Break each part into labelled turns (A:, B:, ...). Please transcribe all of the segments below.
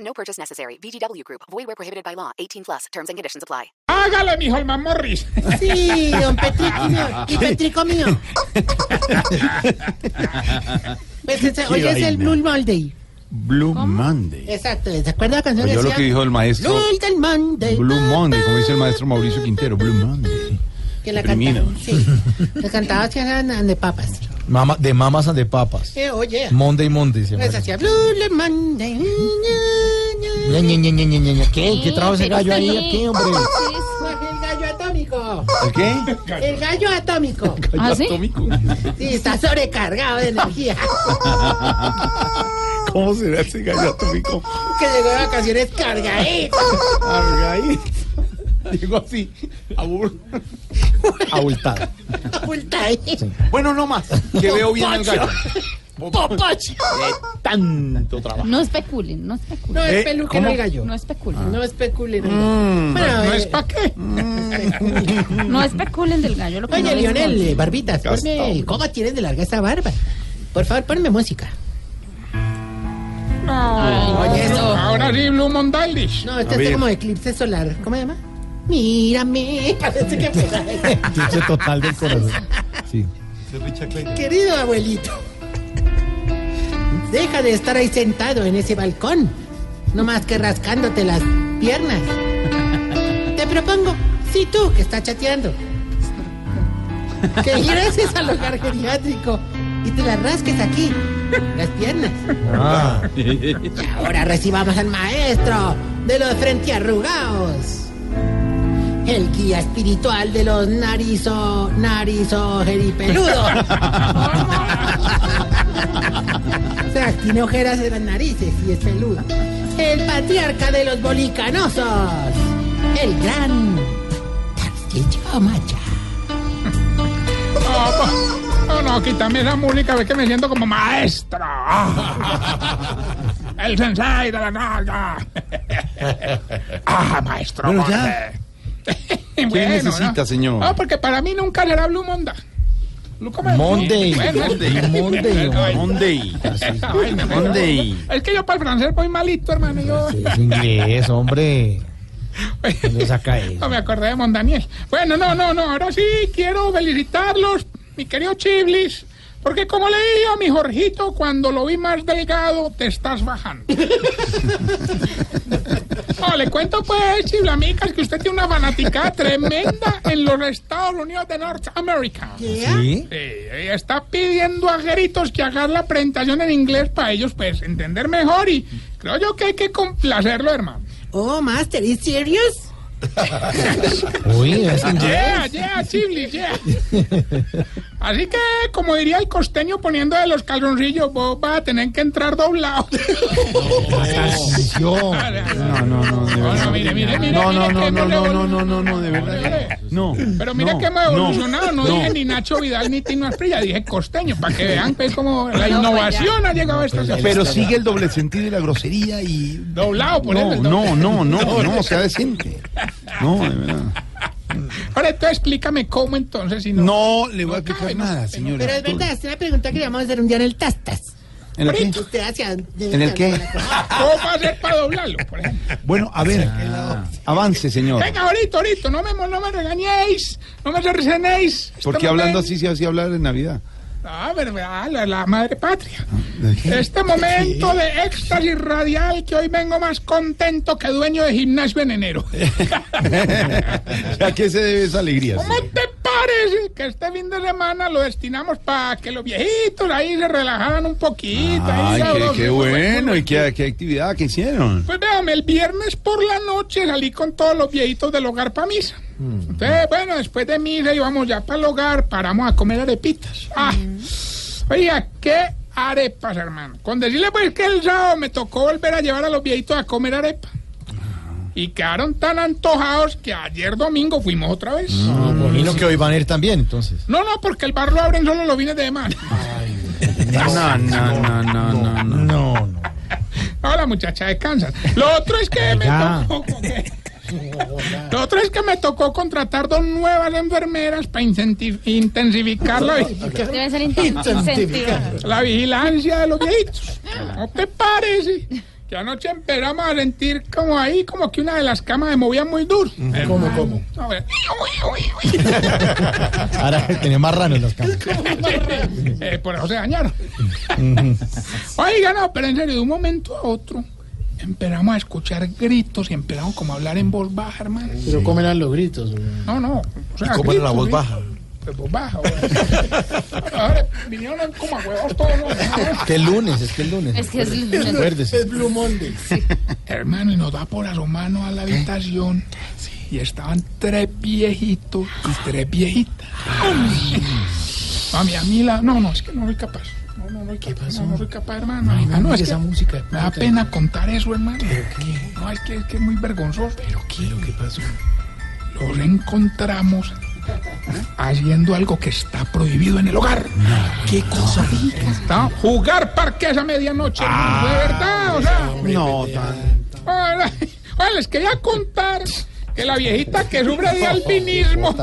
A: No purchase necessary. VGW Group. Void where prohibited by law. 18 plus. Terms and conditions apply.
B: Hágale, mijo, el mamorris.
C: Sí, don
D: Ah,
C: Petrico mío. Y Petrico mío. Pues ese- hoy es el Blue Monday.
D: Blue
B: Eh,
D: Monday.
C: Exacto, ¿se acuerda la canción?
D: Oyó lo
C: decía?
D: que dijo el maestro.
C: Blue del Monday.
D: Blue Monday, como dice el maestro Mauricio Quintero, Blue Monday.
C: Que la
D: Primino.
C: cantaba. Sí. La cantaba que eran de papas.
E: Mama- de mamas and de papas.
C: Eh, oye.
E: Monday, Monday. Se llama.
C: Pues hacía Blue del Monday. ña, ña, ña.
D: ¿Eh?
E: Ña, Ña, Ña, Ña, Ña, Ña, Ña. ¿Qué? ¿Qué trajo ese
F: pero
E: gallo ahí?
F: usted
E: Aquí, hombre?
C: Coge El gallo atómico.
D: ¿El qué?
C: El gallo atómico.
F: ¿Ah, sí?
D: Atómico.
C: Sí, está sobrecargado de energía.
D: ¿Cómo será ese gallo atómico?
C: Que llegó de vacaciones cargadito.
D: Arga ahí. Llegó así. abur-
E: Abultado.
C: Abultadito.
D: Bueno, no más. Que veo bien al gallo.
C: Popocho.
D: Tanto trabajo.
F: No especulen, no especulen.
C: No es
D: Eh,
C: peluquero
D: ¿cómo?
C: el gallo.
F: No especulen.
C: No especulen. oiga. Bueno,
D: Mm. No
C: eh,
D: es pa' qué.
F: No especulen del gallo. Lo que
C: Ah. Oye,
F: no les
C: Lionel,
F: gusta.
C: eh, barbitas, ponme. ¿Cómo tienes de larga esa barba? Por favor, ponme música. Oye, eso.
B: Ahora sí, Blue Mondaldis.
C: No, este es como eclipse solar. ¿Cómo se llama? Mírame. Parece que fue-
E: Chiste total del corazón. Sí.
C: Querido abuelito, deja de estar ahí sentado en ese balcón, no más que rascándote las piernas. Te propongo, si tú que estás chateando, que ingreses al hogar geriátrico y te las rasques aquí, las piernas.
E: Ah,
C: Y ahora recibamos al maestro de los frente arrugados. El guía espiritual de los narizo, narizo geripeludos. O sea, tiene ojeras en las narices y es peludo. El patriarca de los bolicanosos. El gran Tarcillo Macha.
B: No, po- no, no, quítame esa música, ve que me siento como maestro. El sensei de la nalga. Ah, maestro.
D: Bueno,
B: Jorge.
D: ya.
B: Bueno,
D: necesita, señor?
B: Ah, porque para mí nunca será Blue Monda. Blue- ¿cómo es?
E: Monday.
B: Bueno,
E: Monday. Monday.
B: Ay,
D: Monday.
B: esa vaina, pero-
D: Monday.
B: Es que yo para el francés voy malito, hermano. Yo...
E: Es inglés, hombre. ¿Dónde saca
B: No
E: eso?
B: me acordé de Mondaniel. Bueno, no, no, no. Ahora sí quiero felicitarlos, mi querido Chiblis. Porque como le dije a mi Jorgito, cuando lo vi más delgado, te estás bajando. No, le cuento pues, Chiblamicas, que usted tiene una fanaticada tremenda en los Estados Unidos de Norteamérica.
E: ¿Sí?
B: Sí, ella está pidiendo a gritos que hagas la presentación en inglés para ellos pues entender mejor y creo yo que hay que complacerlo, hermano.
C: Oh, Master, ¿is serious?
E: Uy, es inglés.
B: Yeah, yeah, Chiblis, yeah. Así que, como diría el costeño poniendo de los calzoncillos, vos vas a tener que entrar doblado.
E: Yo.
D: No, no, no, de
B: No, no,
D: verdad.
B: mire, mire, mire,
D: No, no,
B: mire
D: no,
B: que
D: no, no, no,
B: hemos revolu-
D: no, no, no, de verdad.
B: Mire,
D: No.
B: Pero mira
D: no,
B: que hemos
D: no,
B: evolucionado, no,
D: no.
B: dije ni Nacho Vidal ni Tino Asprilla, dije costeño, para que vean pues, cómo la
F: No,
B: innovación ha llegado a esta
D: Pero sigue el doble sentido y la grosería y.
B: Doblado, por eso.
D: No,
B: el
D: no, no,
B: doble.
D: no, no, sea decente. No, de verdad.
B: Ahora, entonces explícame cómo entonces, si no.
D: No le voy a
B: cabe,
D: explicar
B: no,
D: nada,
B: no,
D: señora.
C: Pero es verdad, es una pregunta que le vamos a hacer un día en el Tastas.
D: ¿En la qué?
C: Usted hacia...
D: ¿En el qué?
B: ¿Cómo hacer para doblarlo, por ejemplo?
D: Bueno, a ver, avance, señor.
B: Ah. Venga, ahorita, ahorita, no me, no me regañéis, no me resenéis.
D: Porque
B: Este
D: hablando
B: momento-
D: así se hacía hablar en Navidad.
B: Ah, verdad, la, la madre patria.
D: ¿De qué?
B: Este momento de éxtasis radial que hoy vengo más contento que dueño de gimnasio en enero.
D: ¿A qué se debe esa alegría?
B: ¿Cómo
D: señor?
B: te parece que este fin de semana lo destinamos para que los viejitos ahí se relajaran un poquito? ahí
D: Ay, qué,
B: sabrosos,
D: qué
B: un buen
D: bueno, y
B: juguetito?
D: qué, qué actividad que hicieron.
B: Pues véame, el viernes por la noche salí con todos los viejitos del hogar para misa. Entonces, bueno, después de misa íbamos ya para el hogar, paramos a comer arepitas. Ah, oiga, qué arepas, hermano. Con decirle pues que el sábado me tocó volver a llevar a los viejitos a comer arepa. Y quedaron tan antojados que ayer domingo fuimos otra vez.
E: No, me imagino que hoy van a ir también, entonces.
B: No, no, porque el bar lo abren solo los fines de semana.
D: No, no, no, no, no. no.
E: No, no.
B: Ahora la muchacha descansa. Lo otro es que me
E: Ya.
B: tocó. Lo otro es que me tocó contratar dos nuevas enfermeras para incenti- intensificar la, vi-
F: Debe ser incentivo.
B: la vigilancia de los viejitos. ¿No te parece? Que anoche empezamos a sentir como ahí, como que una de las camas se movía muy duro. ¿Cómo, cómo?
E: Ahora tenía más ranos las camas.
B: Eh, por eso se dañaron. Oiga, no, pero en serio, de un momento a otro empezamos a escuchar gritos y empezamos como a hablar en voz baja, hermano.
G: Pero comen los gritos. güey.
B: No, no. O sea,
D: ¿Cómo era la voz
B: gritos, gritos.
D: baja?
B: Pues voz baja, güey. Ahora vinieron como a huevos todos. ¿no?
E: Que el lunes, es que el lunes.
F: Es que es
E: Acuérdese.
G: Blue Monday.
B: Hermano, y nos da por asomarnos a la habitación. Y estaban tres viejitos y tres viejitas. Mami, a mí la... No, no, es que no soy capaz. No, no, no, es que- no, no soy capaz, hermano. Ah, no, es que
G: esa música.
B: me da pena contar eso, hermano. No, es que, es que es muy vergonzoso. Pero qué, lo que pasó. Los encontramos haciendo algo que está prohibido en el hogar. ¿Qué cosa Está jugar parques a medianoche. hermano, de verdad, o sea.
D: No, tan-
B: Ahora, ahora Ah, les quería contar que la viejita que sufre de albinismo.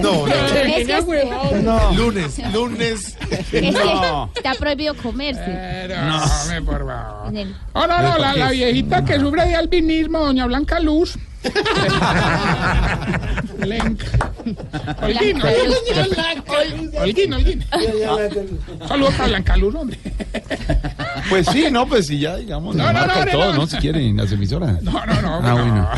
D: no, no.
F: Lunes, lunes.
D: No.
F: Está prohibido
C: Eh.
F: comerse.
B: Pero, hombre, por favor.
F: En el-
B: Oh, no, no, la, la viejita que sufre de albinismo, doña Blanca Luz. Lenca. Holguín,
F: Blanca
B: Holguín,
F: Luz.
B: Holguín, Holguín. Saludos para Blanca Luz, hombre.
D: Pues sí, no, pues sí, ya digamos.
B: No,
D: la
B: no,
D: marca
B: no,
D: y
B: no,
D: todo,
B: no.
D: ¿no? Si quieren, las emisoras.
B: No, no, no.
D: Ah,
B: no.
D: bueno.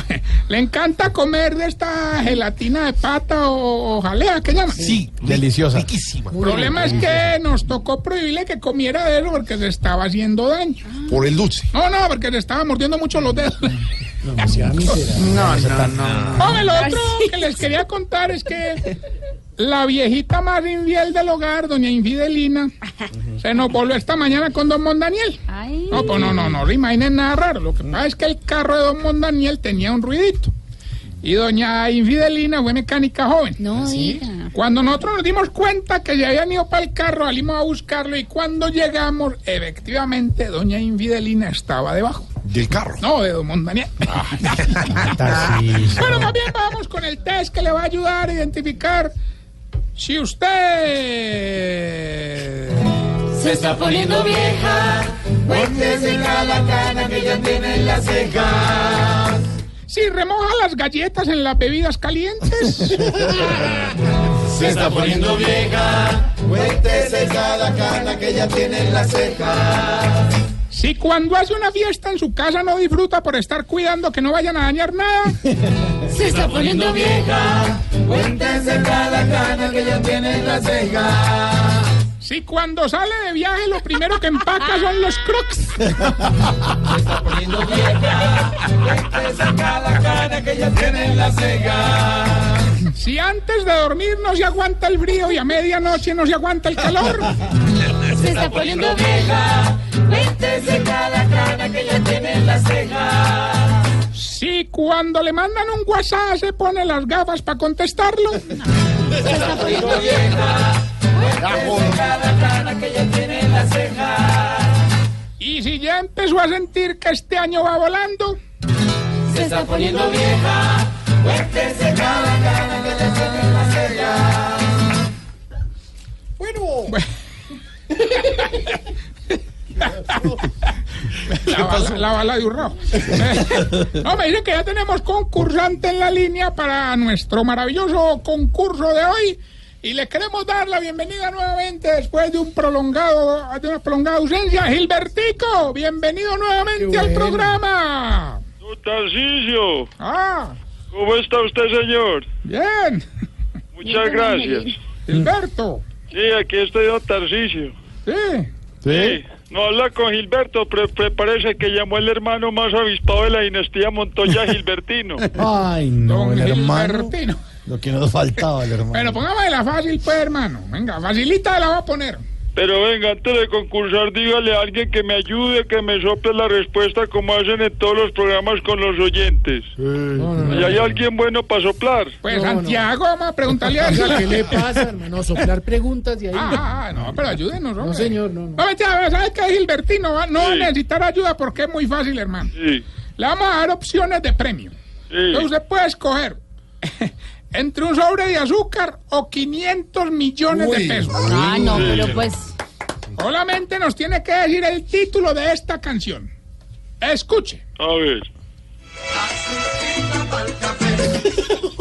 B: Le encanta comer de esta gelatina de pata o, o jalea, ¿qué llama?
D: Sí,
E: Deliciosa.
D: riquísima.
B: El problema es que nos tocó prohibirle que comiera de eso porque se estaba haciendo daño.
D: Por el dulce.
B: No, no, porque le estaba mordiendo mucho los dedos.
D: No, no, no.
B: Hombre, lo otro que les quería contar es que la viejita más infiel del hogar, doña Infidelina, se nos volvió esta mañana con don Mondaniel.
F: Ay.
B: No, pues no, no, no, no imaginen nada raro. Lo que pasa es que el carro de don Mondaniel tenía un ruidito. Y doña Infidelina fue mecánica joven.
F: No diga.
B: Cuando nosotros nos dimos cuenta que ya habían ido para el carro, salimos a buscarlo y cuando llegamos, efectivamente, doña Infidelina estaba debajo.
D: Del carro.
B: No, de Don Mondaniel.
E: Tarcisio.
B: bueno, más bien vamos con el test que le va a ayudar a identificar si usted...
F: Se está poniendo vieja.
B: Si remoja las galletas en las bebidas calientes.
D: Se está poniendo vieja. Cuéntese cada cana que ya tiene en la ceja.
B: si cuando hace una fiesta en su casa no disfruta por estar cuidando que no vayan a dañar nada.
F: Se está poniendo vieja.
D: Cuéntese cada cana que ya tiene en la ceja.
B: Si cuando sale de viaje lo primero que empaca son los crocs.
D: Cuéntese cada cana que ya tiene en la ceja.
B: Si antes de dormir no se aguanta el frío y a medianoche no se aguanta el calor.
F: Se está poniendo vieja. Cuéntese cada cana que ya tiene en la ceja.
B: Si cuando le mandan un WhatsApp se pone las gafas para contestarlo. Y si ya empezó a sentir que este año va volando.
F: Se está poniendo vieja.
B: La bala, la bala de Urrao. No, me dice que ya tenemos concursante en la línea para nuestro maravilloso concurso de hoy. Y le queremos dar la bienvenida nuevamente después de un prolongado, de una prolongada ausencia. Gilbertico, bienvenido nuevamente al programa.
H: Don Tarcisio,
B: Ah,
H: ¿cómo está usted, señor?
B: bien.
H: Muchas gracias.
B: Gilberto,
H: Sí, aquí estoy, don Tarcisio.
B: sí.
H: Sí. No habla con Gilberto, pero prepárese que llamó el hermano más avispado de la dinastía Montoya Gilbertino.
E: Ay, no,
B: Don
E: el hermano.
B: Gilbertino.
E: Lo que nos faltaba, el hermano.
B: Bueno, pongámosle la fácil, pues, hermano. Venga, facilita la va a poner.
H: Pero venga, antes de concursar, dígale a alguien que me ayude, que me sople la respuesta como hacen en todos los programas con los oyentes. ¿Y hay alguien bueno para soplar?
B: Pues Santiago, vamos a preguntarle a
G: Oiga, ¿Qué
B: alguien.
G: le pasa, hermano? Soplar preguntas y ahí.
B: Ah, ah, no, pero ayúdenos, hombre.
G: No, señor, no, no.
B: No, ya, ¿sabes qué, Gilbertino? Va- No va a
H: Sí.
B: necesitar ayuda porque es muy fácil, hermano.
H: Sí,
B: Le vamos a dar opciones de premio.
H: sí.
B: Entonces usted puede escoger entre un sobre de azúcar o 500 millones de pesos.
F: Ah, no, pero pues.
B: Solamente nos tiene que decir el título de esta canción. Escuche.
H: A ver.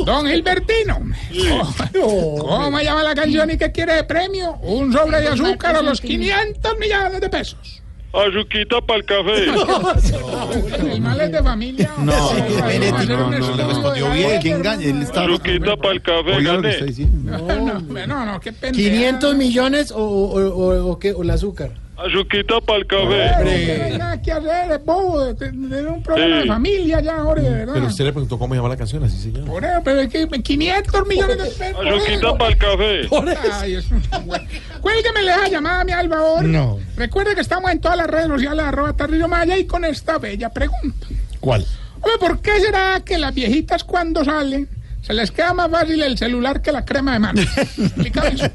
B: Don Gilbertino. Oh, ¿Cómo- ¿Cómo llama la canción y qué quiere de premio? ¿Un sobre de azúcar o los 500 millones de pesos?
H: Azuquita para el café.
B: Animales de familia.
D: No,
B: Ay,
D: Benetti,
B: ay, ay,
D: no,
B: ay,
D: no,
B: ay,
D: le respondió
B: ay,
D: bien.
B: ay,
D: ¿Qué
B: hermano.
D: engaña? Él estaba...
H: Azuquita para el café,
D: Oiga lo que está
H: gané.
D: diciendo.
B: No, no, no, qué pendeja.
G: 500 millones o, o, o, o qué, o el azúcar.
H: Azuquita para el
B: Pero
H: café.
B: no hay nada que hacer, es bobo, de- de de un problema de
H: Sí.
B: familia ya, ahora, de verdad.
I: Pero usted le preguntó cómo llama la canción, así se llama.
B: Por eso, pero es que 500 millones de pesos.
H: Azuquita para el café.
B: Ay, es un güey. Cuélgueme la llamada, mi Alba, ahora.
E: No.
B: Recuerde que estamos en todas las redes sociales, arroba Tarrillo Maya, y con esta bella pregunta.
E: ¿Cuál?
B: Hombre, ¿por qué será que las viejitas cuando salen se les queda más fácil el celular que la crema de mano? Explícame eso.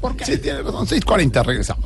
B: ¿Por qué?
D: Sí, tiene razón. 6.40, regresamos.